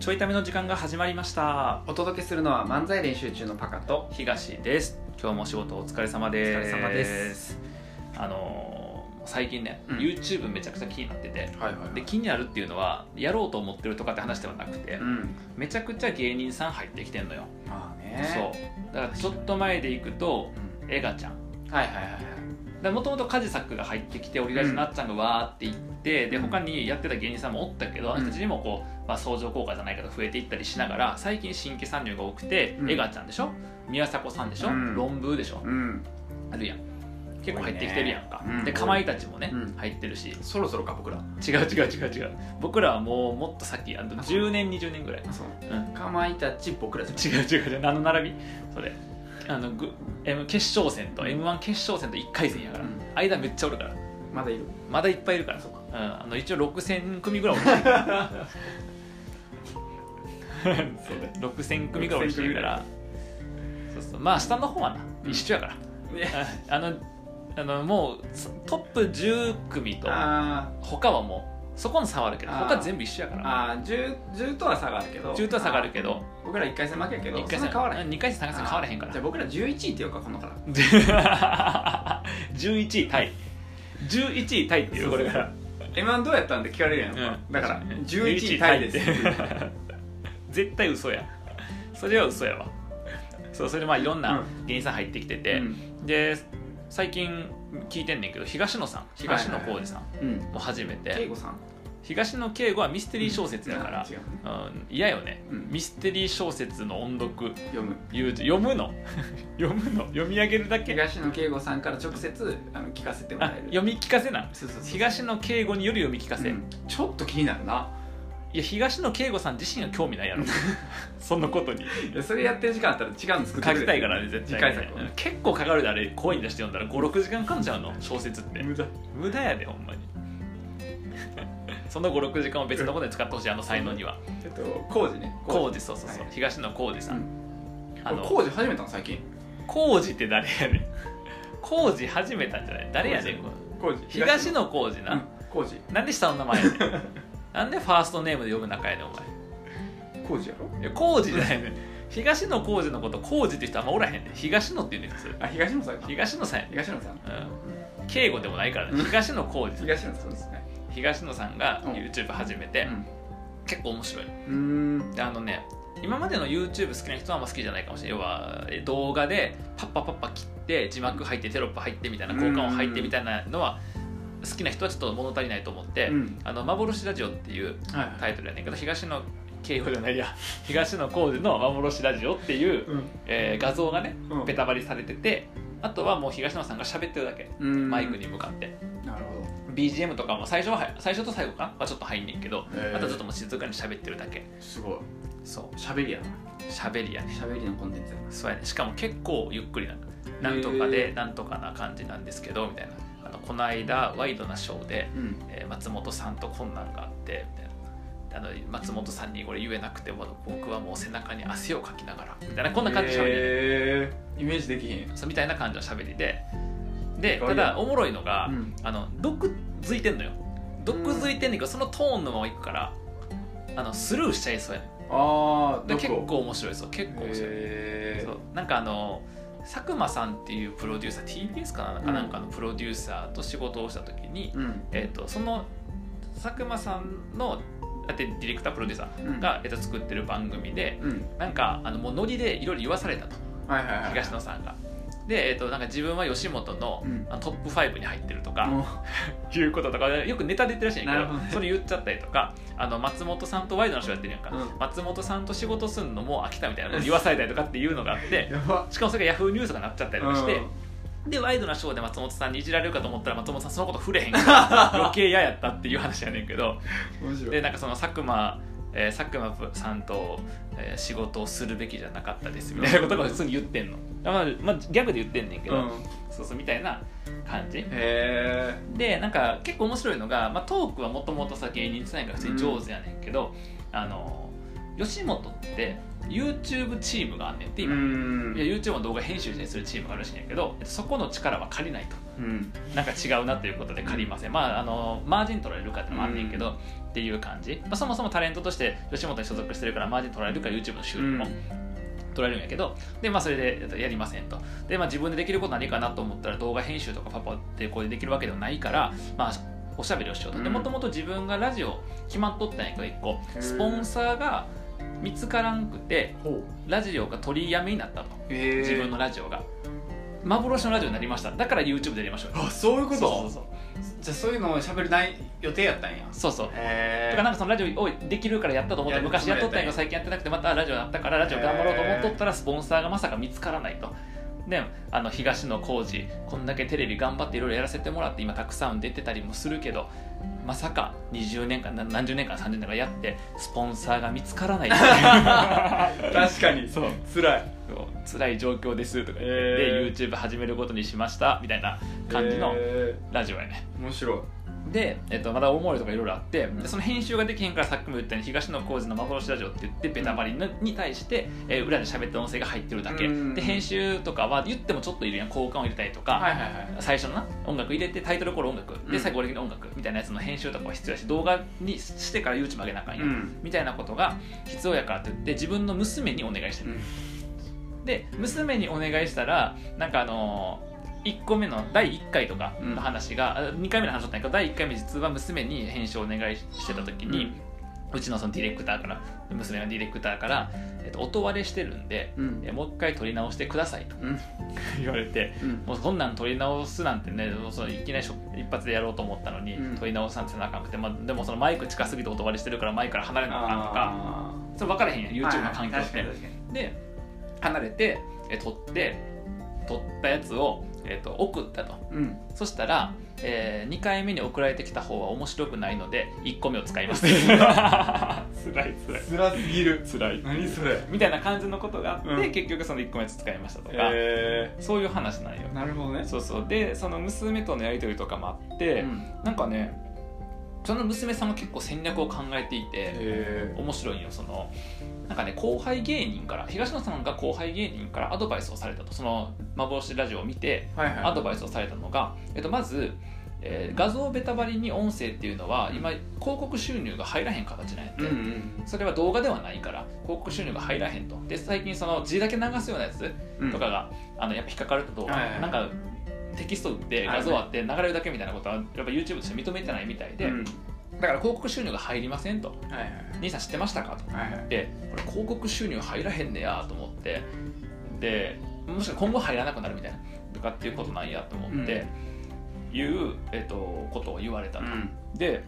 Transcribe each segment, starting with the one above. ちょいための時間が始まりましたお届けするのは漫才練習中のパカと東です今日もお仕事お疲れ様ですお疲れ様ですあのー最近ね、うん YouTube めちゃくちゃ気になっててはいはいで気になるっていうのはやろうと思ってるとかって話ではなくて、うんめちゃくちゃ芸人さん入ってきてんのよ、まあねそうだからちょっと前でいくとエガちゃんうんはいはいはいはいもともとカジサックが入ってきてオリラジのあっちゃんがわーって行って、でうん他にやってた芸人さんもおったけど、あの人たちにもこう、まあ、相乗効果じゃないけど増えていったりしながら最近新規参入が多くて、うんエガちゃんでしょ宮迫さんでしょ、うん論文でしょうんあるやん結構入ってきてるやんか、多いねうんでかまいたちもね、うん入ってるしそろそろか僕ら違う違う違う違う僕らはもうもっと先あの10年20年ぐらいそううんかまいたち僕らじゃな違いう違う違うあの並びそれあのぐ M 決勝戦と m 1決勝戦と1回戦やから、うん間めっちゃおるからまだいるまだいっぱいいるからそうかうん、あの一応6000組ぐらいおるらしいそうだ6000組ぐらいおるらしいからそうそうまあ下の方はなうん一緒やから、あのあのもうそトップ10組とあ他はもうそこの差はあるけどあー他全部一緒やかーらあー10 10とは差があるけど中途は差があるけどあー僕ら1回戦負けやけど1回そ戦んな変わらへん2回戦3回戦変わらへんかあーじゃあ僕ら11位っていうかこのから ら11位タイ11位タイっていうこれから m 1どうやったんって聞かれるやん、うんだからうん11位タイです11位タイって 絶対嘘やそれは嘘やわそうそれでまあいろんな芸人さん入ってきてて、うんで最近聞いてんねんけど東野さん東野浩二さんうんも初めて、圭吾さん東野圭吾はミステリー小説やからうん違ううん嫌、よね、うんミステリー小説の音読読む言う読むの 読むの読み上げるだけ東野圭吾さんから直接あの聞かせてもあらえる読み聞かせなそうそうそう東野圭吾による読み聞かせ、うんちょっと気になるないや東野圭吾さん自身が興味ないや ろそのことにいやそれやってる時間あったら違うの作って書くれきたいからね絶次対回ね作をうん結構かかるであれ声に出して読んだら56時間かかんじゃうの小説って無駄無駄やでほんまに その56時間を別のことに使ってほしいあの才能にはえっと工事ね浩二そうそうそう、はい東野浩二さ、うんんあの工事始めたの最近浩二って誰やねん浩二始めたんじゃない誰やねんこれ工事東野浩二な、工事なんで下の名前やね んなんでファーストネームで呼ぶ仲やねんお前工事やろいや浩二じゃないね東野浩二のこと浩二って人あんまおらへんで東野って言うねん普通あ東野さんか東野さんやね東野さんうん敬語でもないからねうん東野浩二さん東野さんですね東野さんがうん YouTube 始めて、結構面白いうんうーんであのね今までの YouTube 好きな人はあんま好きじゃないかもしれない要はえ動画でパッパパッパ切って字幕入ってテロップ入ってみたいなうん効果音入ってみたいなのは好きな人はちょっと物足りないと思って「うんあの幻ラジオ」っていうはいはタいイトルやねんけど東野敬語じゃないや 東野浩二の「幻ラジオ」っていう、うんえー画像がねうんベタバリされててあとはもう東野さんが喋ってるだけうんマイクに向かってなるほど BGM とかも最初は入最初と最後かはちょっと入んねんけどへーあとはちょっともう静かに喋ってるだけすごいそう喋りやな喋りやね喋りのコンテンツやなそうやねしかも結構ゆっくりななんとかへでーなんとかな感じなんですけどみたいなあのこの間ワイドなショーで、うんえー松本さんと困難があってみたいな。あの松本さんにこれ言えなくても僕はもう背中に汗をかきながらみたいなこんな感じで喋り、へーイメージできへんそうみたいな感じの喋りでで意外たやだおもろいのが、うんあの毒づいてんのよ毒づいてんねんけどそのトーンのままいくからあのスルーしちゃいそうやねああんで結構面白いそう結構面白い、へそうなんかあの佐久間さんっていうプロデューサー TBS かななんかうんなんかのプロデューサーと仕事をした時に、ーうんえー、とその佐久間さんのあてディレクタープロデューサうんーが、えー、と作ってる番組でうんなんかあのもうノリでいろいろ言わされたとはいはいはい東野さんが。で、えー、となんか自分は吉本の,、うんあのトップ5に入ってるとか、もういうこととかよくネタで言ってるらしいんやけどなるほどねそれ言っちゃったりとかあの松本さんとワイドの人やってるやんか、うん松本さんと仕事すんのもう飽きたみたいなこと 言わされたりとかっていうのがあってやばしかもそれがヤフーニュースとかなっちゃったりとかしてうん、でワイドなショーで松本さんにいじられるかと思ったら松本さんそのこと触れへんから 余計嫌やったっていう話やねんけど面白いでなんかその佐久間、えー佐久間さんと、えー仕事をするべきじゃなかったですみたいなことが普通に言ってんの、まあまあ、ギャグで言ってんねんけど、うんそうそうみたいな感じへでなんか結構面白いのが、まあ、トークはもともとさ芸人さんやから普通に上手やねんけど、あの吉本って YouTube チームがあんねんってう今、んいや YouTube の動画編集にするチームがあるらしいんやけどそこの力は借りないとうんなんか違うなということで借りません、まあ、あのマージン取られるかってのもあんねんけど、っていう感じ、まあ、そもそもタレントとして吉本に所属してるからマージン取られるから YouTube の収入もうん取られるんやけどで、まあ、それでやりませんとで、まあ、自分でできること何かなと思ったら動画編集とかパパってこれできるわけではないから、まあ、おしゃべりをしようとでうんもともと自分がラジオ決まっとったんやけど一個スポンサーが見つからんくてほうラジオが取りやめになったとええ自分のラジオが幻のラジオになりましただから YouTube でやりましょうあそういうことそうそうじゃあそういうのを喋りない予定やったんやそうそうへだからなんかそのラジオをできるからやったと思ったらいや昔やっとったんやけど最近やってなくてまたラジオやったからラジオ頑張ろうと思っとったらスポンサーがまさか見つからないと。ね、あの東野浩二こんだけテレビ頑張っていろいろやらせてもらって今たくさん出てたりもするけどまさか20年間な何十年間30年間やってスポンサーが見つからないっていう 確かにそう辛いそう 辛い状況ですとか言って、へーで YouTube 始めることにしましたみたいな感じのへラジオやね、ー面白いで、えっと、まだ大盛りとかいろいろあって、うんでその編集ができへんからさっきも言ったように東野浩二の幻ラジオって言ってベタバリに,、に対して、えー裏で喋った音声が入ってるだけ、うんで編集とかは言ってもちょっといるやん交換を入れたりとか、はいはいはい最初のな音楽入れてタイトルコール音楽うでん最後俺的に音楽みたいなやつの編集とかは必要やし動画にしてから YouTube 上げなあかんや、うんんみたいなことが必要やからって言って自分の娘にお願いしてるで娘にお願いしたらなんかあの1個目の第1回とかの話が、2回目の話だったんやけど第1回目実は娘に編集をお願いしてた時に、うちのそのディレクターから娘のディレクターから、えっと、音割れしてるんで、うんえもう一回撮り直してくださいとうん 言われてうんもうそんなん撮り直すなんてねそのいきなり初一発でやろうと思ったのに、うん撮り直さんってなあかんくて、まあ、でもそのマイク近すぎて音割れしてるからマイクから離れなあかんとかあそれ分からへんやんー YouTube の環境はいはいっ確てかに。確かにで離れてえ撮って撮ったやつを、えっと送ったとうんそしたら、え2回目に送られてきた方は面白くないので1個目を使います 辛い辛辛すぎる辛い何それみたいな感じのことがあって、うん結局その1個目を使いましたとか、えそういう話なんよー、なるほどねそうそうでその娘とのやり取りとかもあって、んなんかねその娘さんも結構戦略を考えていて、え面白いんよそのなんかね後輩芸人から東野さんが後輩芸人からアドバイスをされたとその幻ラジオを見てー、はいはいアドバイスをされたのが、えっと、まず、えー画像ベタバリに音声っていうのは今広告収入が入らへん形なんやって、うんうんそれは動画ではないから広告収入が入らへんとで最近その字だけ流すようなやつうんとかが、あのやっぱ引っかかると、はいはいはいなんかテキスト打って画像あって流れるだけみたいなことはやっぱ YouTube として認めてないみたいで、うんだから広告収入が入りませんとはいはい兄さん知ってましたかとはいはいでこれ広告収入入らへんねやと思ってでもしか今後入らなくなるみたいなとかっていうことなんやと思って、いう、えっとことを言われたうの、んで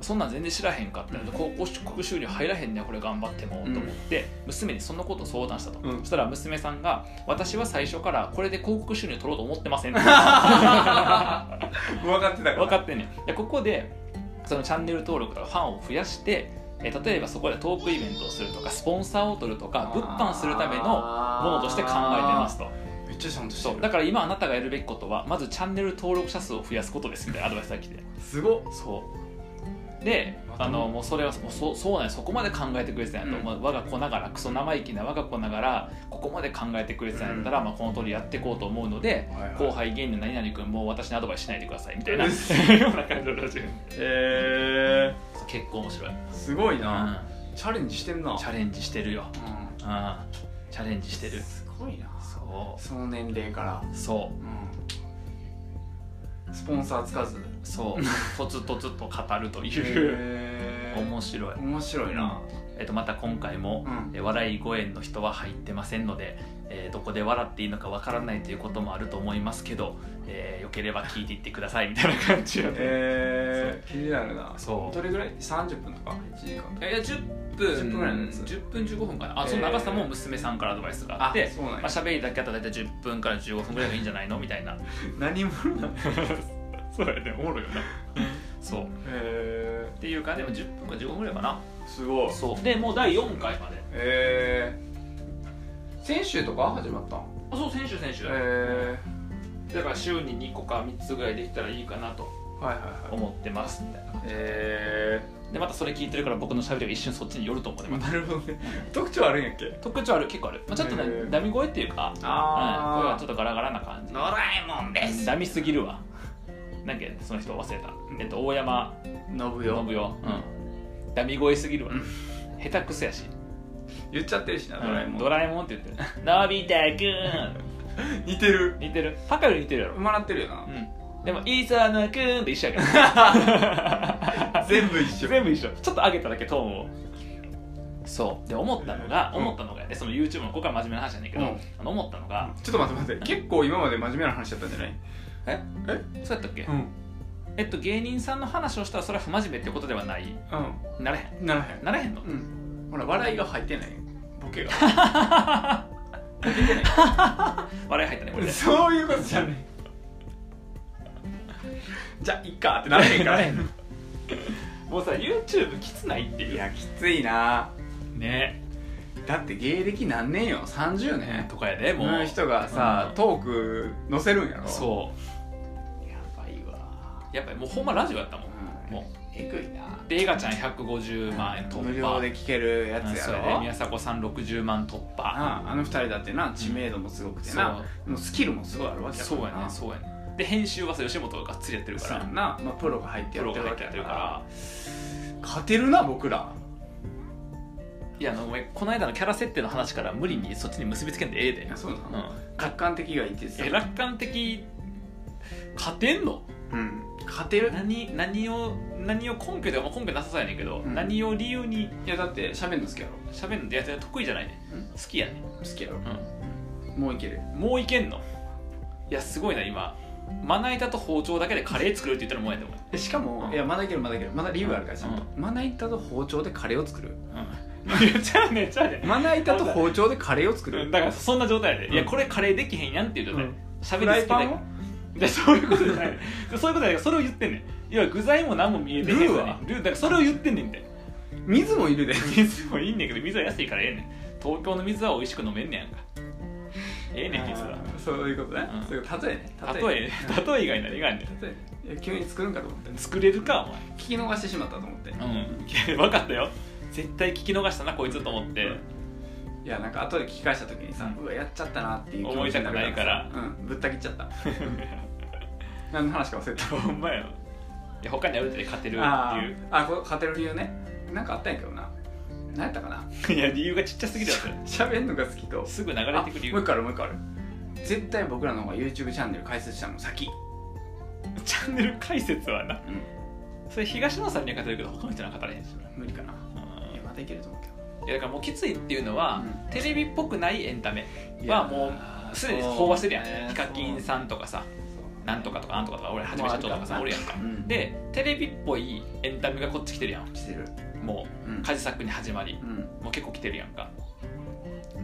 そんなん全然知らへんかったので広告収入入らへんねやこれ頑張ってもうんと思って娘にそんなことを相談したと、うんそしたら娘さんが「私は最初からこれで広告収入取ろうと思ってま せん」って分かってたから 分かってんねんでここでそのチャンネル登録とかファンを増やしてえー例えばそこでトークイベントをするとかスポンサーを取るとか物販するためのものとして考えてますとめっちゃちゃんとしてそうるだから今あなたがやるべきことはまずチャンネル登録者数を増やすことですみたいなアドバイスが来てすごっそうでまたあのもうそれはもうそうそうなんやそこまで考えてくれてたんやと、うんまあ我が子ながらクソ生意気な我が子ながらここまで考えてくれてたんやったら、まあ、この通りやっていこうと思うのではいはい後輩芸人の何々君もう私にアドバイスしないでくださいみたいなうよっせうな感じのラジオえ 結構面白い、ー、すごいな、うチャレンジしてんなんチャレンジしてるよ、うんうん、チャレンジしてるすごいなそその年齢から、うそううん、スポンサーつかずそう とつとつと語るというへー面白い、面白いなえっと、また今回も、うんえ笑い声の人は入ってませんので、えーどこで笑っていいのかわからないということもあると思いますけど、えーよければ聞いていってくださいみたいな感じよね、えー、気になるなそうどれぐらい30分とか1時間とかいや10分10分ぐらいのやつ10分15分かなあえーその長さも娘さんからアドバイスがあってそうなんまあや喋りだけだったら大体10分から15分ぐらいがいいんじゃないのみたいな何者なんへ そうやねおもろいよなそうえっていうかでも10分か15分ぐらいかなー、すごいそうでもう第4回までえー、先週とか始まったんあそう選手選手、えだから週に2個か3つぐらいできたらいいかなとー、はいはいはい思ってますみたいなえでまたそれ聞いてるから僕の喋りが一瞬そっちに寄ると思うねー、またなるほどね特徴あるんやっけ特徴ある結構ある、まあ、ちょっとねへーダミ声っていうか、うん、声はちょっとガラガラな感じドラえもんでダミすぎるわなんかその人忘れた、えっと、大山のぶ信よ代、うん、ダミ声すぎるわうん下手くそやし、言っちゃってるしな、ドラえうんもんドラえもんって言ってるのび太く似てるん似てるパカより似てるやろ、もらってるよなうん、でも磯野くんって一緒やから 全部一緒全部一緒ちょっと上げただけトーンをそうで思ったのが、うん思ったのがでその YouTube のここから真面目な話じゃないけど、うんあの思ったのが、ちょっと待って待って結構今まで真面目な話だったんじゃないええそうやったっけ、うんえっと芸人さんの話をしたらそれは不真面目ってことではないなれへうんならへんんなれへんのうんほら笑いが入ってないボケが笑い入ったねこれでそういうことじゃないじゃあいっかってならへんか なられへんのもうさ YouTube きつないっていういやきついなねだって芸歴何年よ30年とかやでものう人がさうんトーク載せるんやろそうやばいわやっぱりもうほんまラジオやったもん、うんもえぐいなうで映画ちゃん150万円突破無料で聴けるやうんつやそろれで宮迫さん60万突破あああの二人だってな知名度もすごくてな、もうスキルもすごいあるわけやかそらうやねそうやねで編集はさ吉本ががっつりやってるだかかららな、まあ、プロが入ってプやロってがる入わってけやっやかてらるから勝てるな僕らいやあのごめんこの間のキャラ設定の話から無理にそっちに結びつけんでええいでや、そうなうの、ん、客観的がいいって言ってえた楽観的勝てんのうん勝てる何何を何を根拠でも根拠なさそうやねんけど、うん何を理由にいやだって喋るの好きやろ喋るのや得意じゃないねん好きやね、好きやろうもういけるん、もういけんのいやすごいな今まな板と包丁だけでカレー作るって言ったらもうやでも、でしかも、うんいやまだいけるまだいけるまだ理由あるからちゃんと、まな板と包丁でカレーを作るうん、い やちゃうねんちゃうねんまな板と包丁でカレーを作うんるだからそんな状態やで、うんいやこれカレーできへんやんっていう状態、うん喋フりラ好イきパだンをでそういうことじゃないそういうことじゃないそれを言ってんねんいや具材も何も見えてへんルーはルーだからそれを言ってんねんて水もいるで 水もいいねんけど水は安いからええねん東京の水は美味しく飲めんねやんかええねん水はあーそういうことね、うんそういうこと例えね例え例え以外何があんねん例えいや急に作るんかと思って作れるかお前聞き逃してしまったと思って、うん、 分かったよ絶対聞き逃したなこいつと思って、いやなんか後で聞き返した時にさ、うわやっちゃったなっていう気持ちになる思いたくないからさうん、ぶった切っちゃった何の話か忘れた ほんまやろいや他にあるで勝てるあっーあこれ勝てる理由ねなんかあったんやけどな何やったかな ていういや理由がちっちゃすぎるや喋んのが好きとつすぐ流あれもうてくる理一由個あるもう一個ある絶対僕らの方が YouTube チャンネル開設したの先 チャンネル解説はなうんそれ東野さんには勝てるけど他の人には勝たれへんしな無理かなうんいやまたいけると思うけどいやだからもうきついっていうのは、うテレビっぽくないエンタメいやはもうすでに飽和してるやん、ヒカキンさんとかさなんとかとかなんとかとか俺はじめしゃ長とかまさあおるやんか、うんでテレビっぽいエンタメがこっち来てるやんしてるもううんカジサックに始まりうんもう結構来てるやんか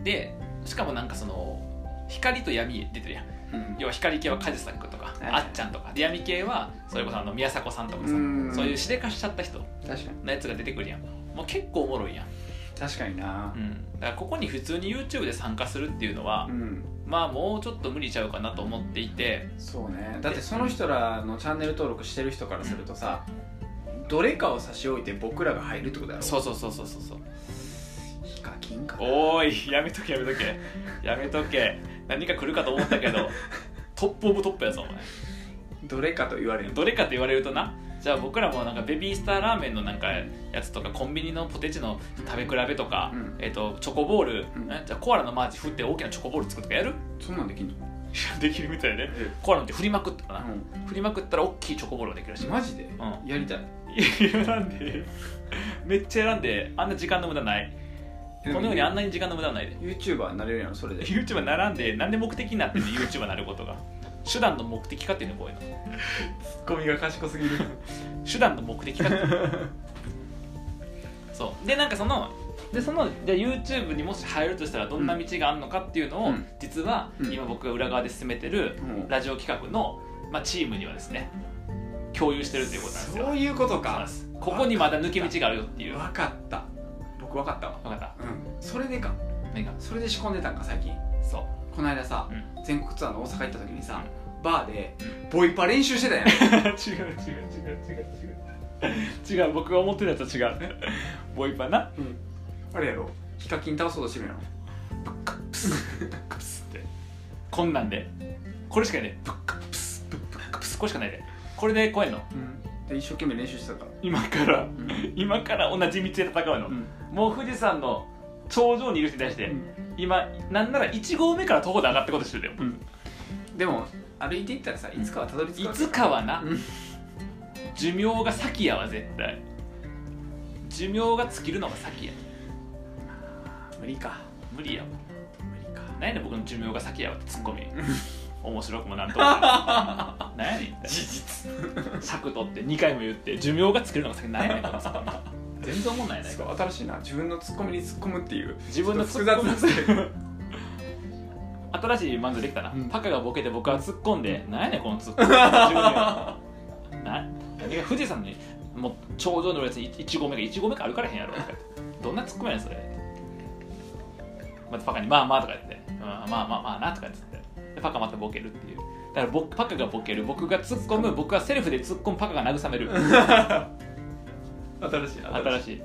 でしかもなんかその光と闇出てるやんうん要は光系はカジサックとか、いあっちゃんとかで闇系はそれこそあの宮迫さんとかさ、うんそういうしでかしちゃった人確かにのやつが出てくるやんもう結構おもろいやん確かになうん、だからここに普通に YouTube で参加するっていうのは、うんまあもうちょっと無理ちゃうかなと思っていてそうねだってその人らのチャンネル登録してる人からするとさどれかを差し置いて僕らが入るってことだろそうそうそうそうそうそうヒカキンかなおーいやめとけやめとけやめとけ何か来るかと思ったけ どトップオブトップやぞおどれかと言われ前るどれかって言われるとなじゃあ僕らもなんかベビースターラーメンのなんかやつとかコンビニのポテチの食べ比べとか、うんえっとチョコボール、うんえじゃあコアラのマーチ振って大きなチョコボール作るとか やるいそんなんできんのやできるみたいねコアラって振りまくったらな、う振りまくったら大きいチョコボールができるらしいんマジでうやりたいいや選んでめっちゃ選んであんな時間の無駄ないこのようにあんなに時間の無駄はないで YouTuber になれるやろそれで YouTuber に並んでなんで目的になってんの YouTuber になることが手段の目的かっていうのこういうのツッコミが賢すぎる手段の目的かっていう そうでなんかそのでそのじゃあ YouTube にもし入るとしたらどんな道があるのかっていうのを、うん実はうん今僕が裏側で進めてるうんラジオ企画の、まあ、チームにはですね共有してるということなんですよそういうことそうなんかですここにまだ抜け道があるよっていう分わかった僕わかったわかったうんそれでか何がそれで仕込んでたんか最近そうこの間さうん全国ツアーの大阪行っ た時にさバーでボイパ練習してたやん違う違う違う違う違う違う 僕が思ってるやつは違うボイパなうん、あれやろヒカキン倒そうとしてるやろプスってこんなんでこれしかないでプッカプスプップッカプスこれしかないでこれでこうやんのうんで一生懸命練習してたから今からうん今から同じ道で戦うの、うんもう富士山の頂上にいる人に対して、今なんなら1合目から徒歩で上がってことしてるようんでも歩いていったらさいつかはたどり着いくわけつかはな、うん寿命が先やわ絶対寿命が尽きるのが先や無理か無理やわ無理か何やねん僕の寿命が先やわってツッコミ面白くもなんともない何やねん一体実尺取って2回も言って寿命が尽きるのが先何やねんこのツッコミ全然思んないねすごい新しいな自分のツッコミに突っ込むっていう自分のツ複ッ雑コミなス テップ新しい漫才できたな、うんパカがボケて僕は突っ込んで何やねんこのツッコミ自分がな何が富士山にもう頂上のやつに1合目が1合目か歩かれへん やろとか言ってどんなツッコミやねんそれまたパカに「まあまあ」とか言って「うん、まあまあまあな」とか言ってでパカまたボケるっていうだから僕パカがボケる僕が突っ込む僕がセルフで突っ込むパカが慰め る新しいな新しい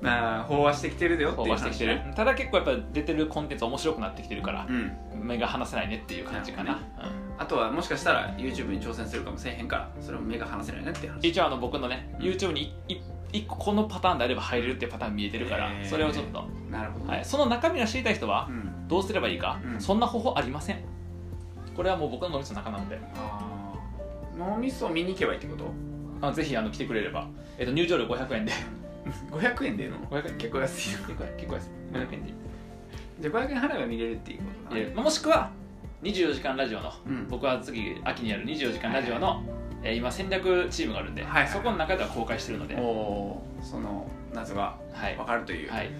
まあ飽和してきてるだよっていう飽和してきてる話ねただ結構やっぱ出てるコンテンツ面白くなってきてるからう、ん目が離せないねっていう感じかな、なるうんあとはもしかしたら YouTube に挑戦するかもしれへんからそれも目が離せないねっていう話一応あの僕のね YouTube にいい一個このパターンであれば入れるっていうパターン見えてるからへーそれをちょっと、なるほどねはい、その中身が知りたい人はうんどうすればいいか、うんそんな方法ありませんこれはもう僕の脳みその中なのであー脳みそを見に行けばいいってことあぜひあの来てくれれば、えっと入場料500円で500円でいいの500円結構安いよ結構結構です500円でいい、じゃあ500円払えば見れるっていうことだねえーまあもしくは24時間ラジオの、うん僕は次秋にやる24時間ラジオの、えー今戦略チームがあるんで、はいはいはいそこの中では公開してるので、おはいおーその謎が分かるという、はい、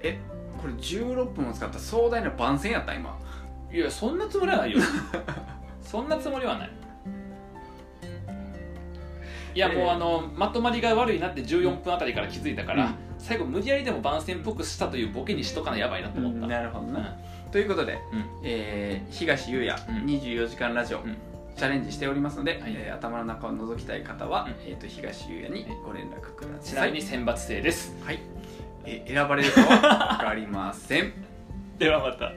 えこれ16分も使った壮大な番宣やった今いやそんなつもりは ないよそんなつもりはないいやええもうあのまとまりが悪いなって14分あたりから気づいたから、うん最後無理やりでも番宣っぽくしたというボケにしとかなやばいなと思った、るほどうんということで、うんえー東優也うん24時間ラジオ、うんチャレンジしておりますので、はいえー頭の中を覗きたい方は、うんえー、と東優也にご連絡くだちなさいみに選抜制です、はいえー選ばれるかは分かりませんではまた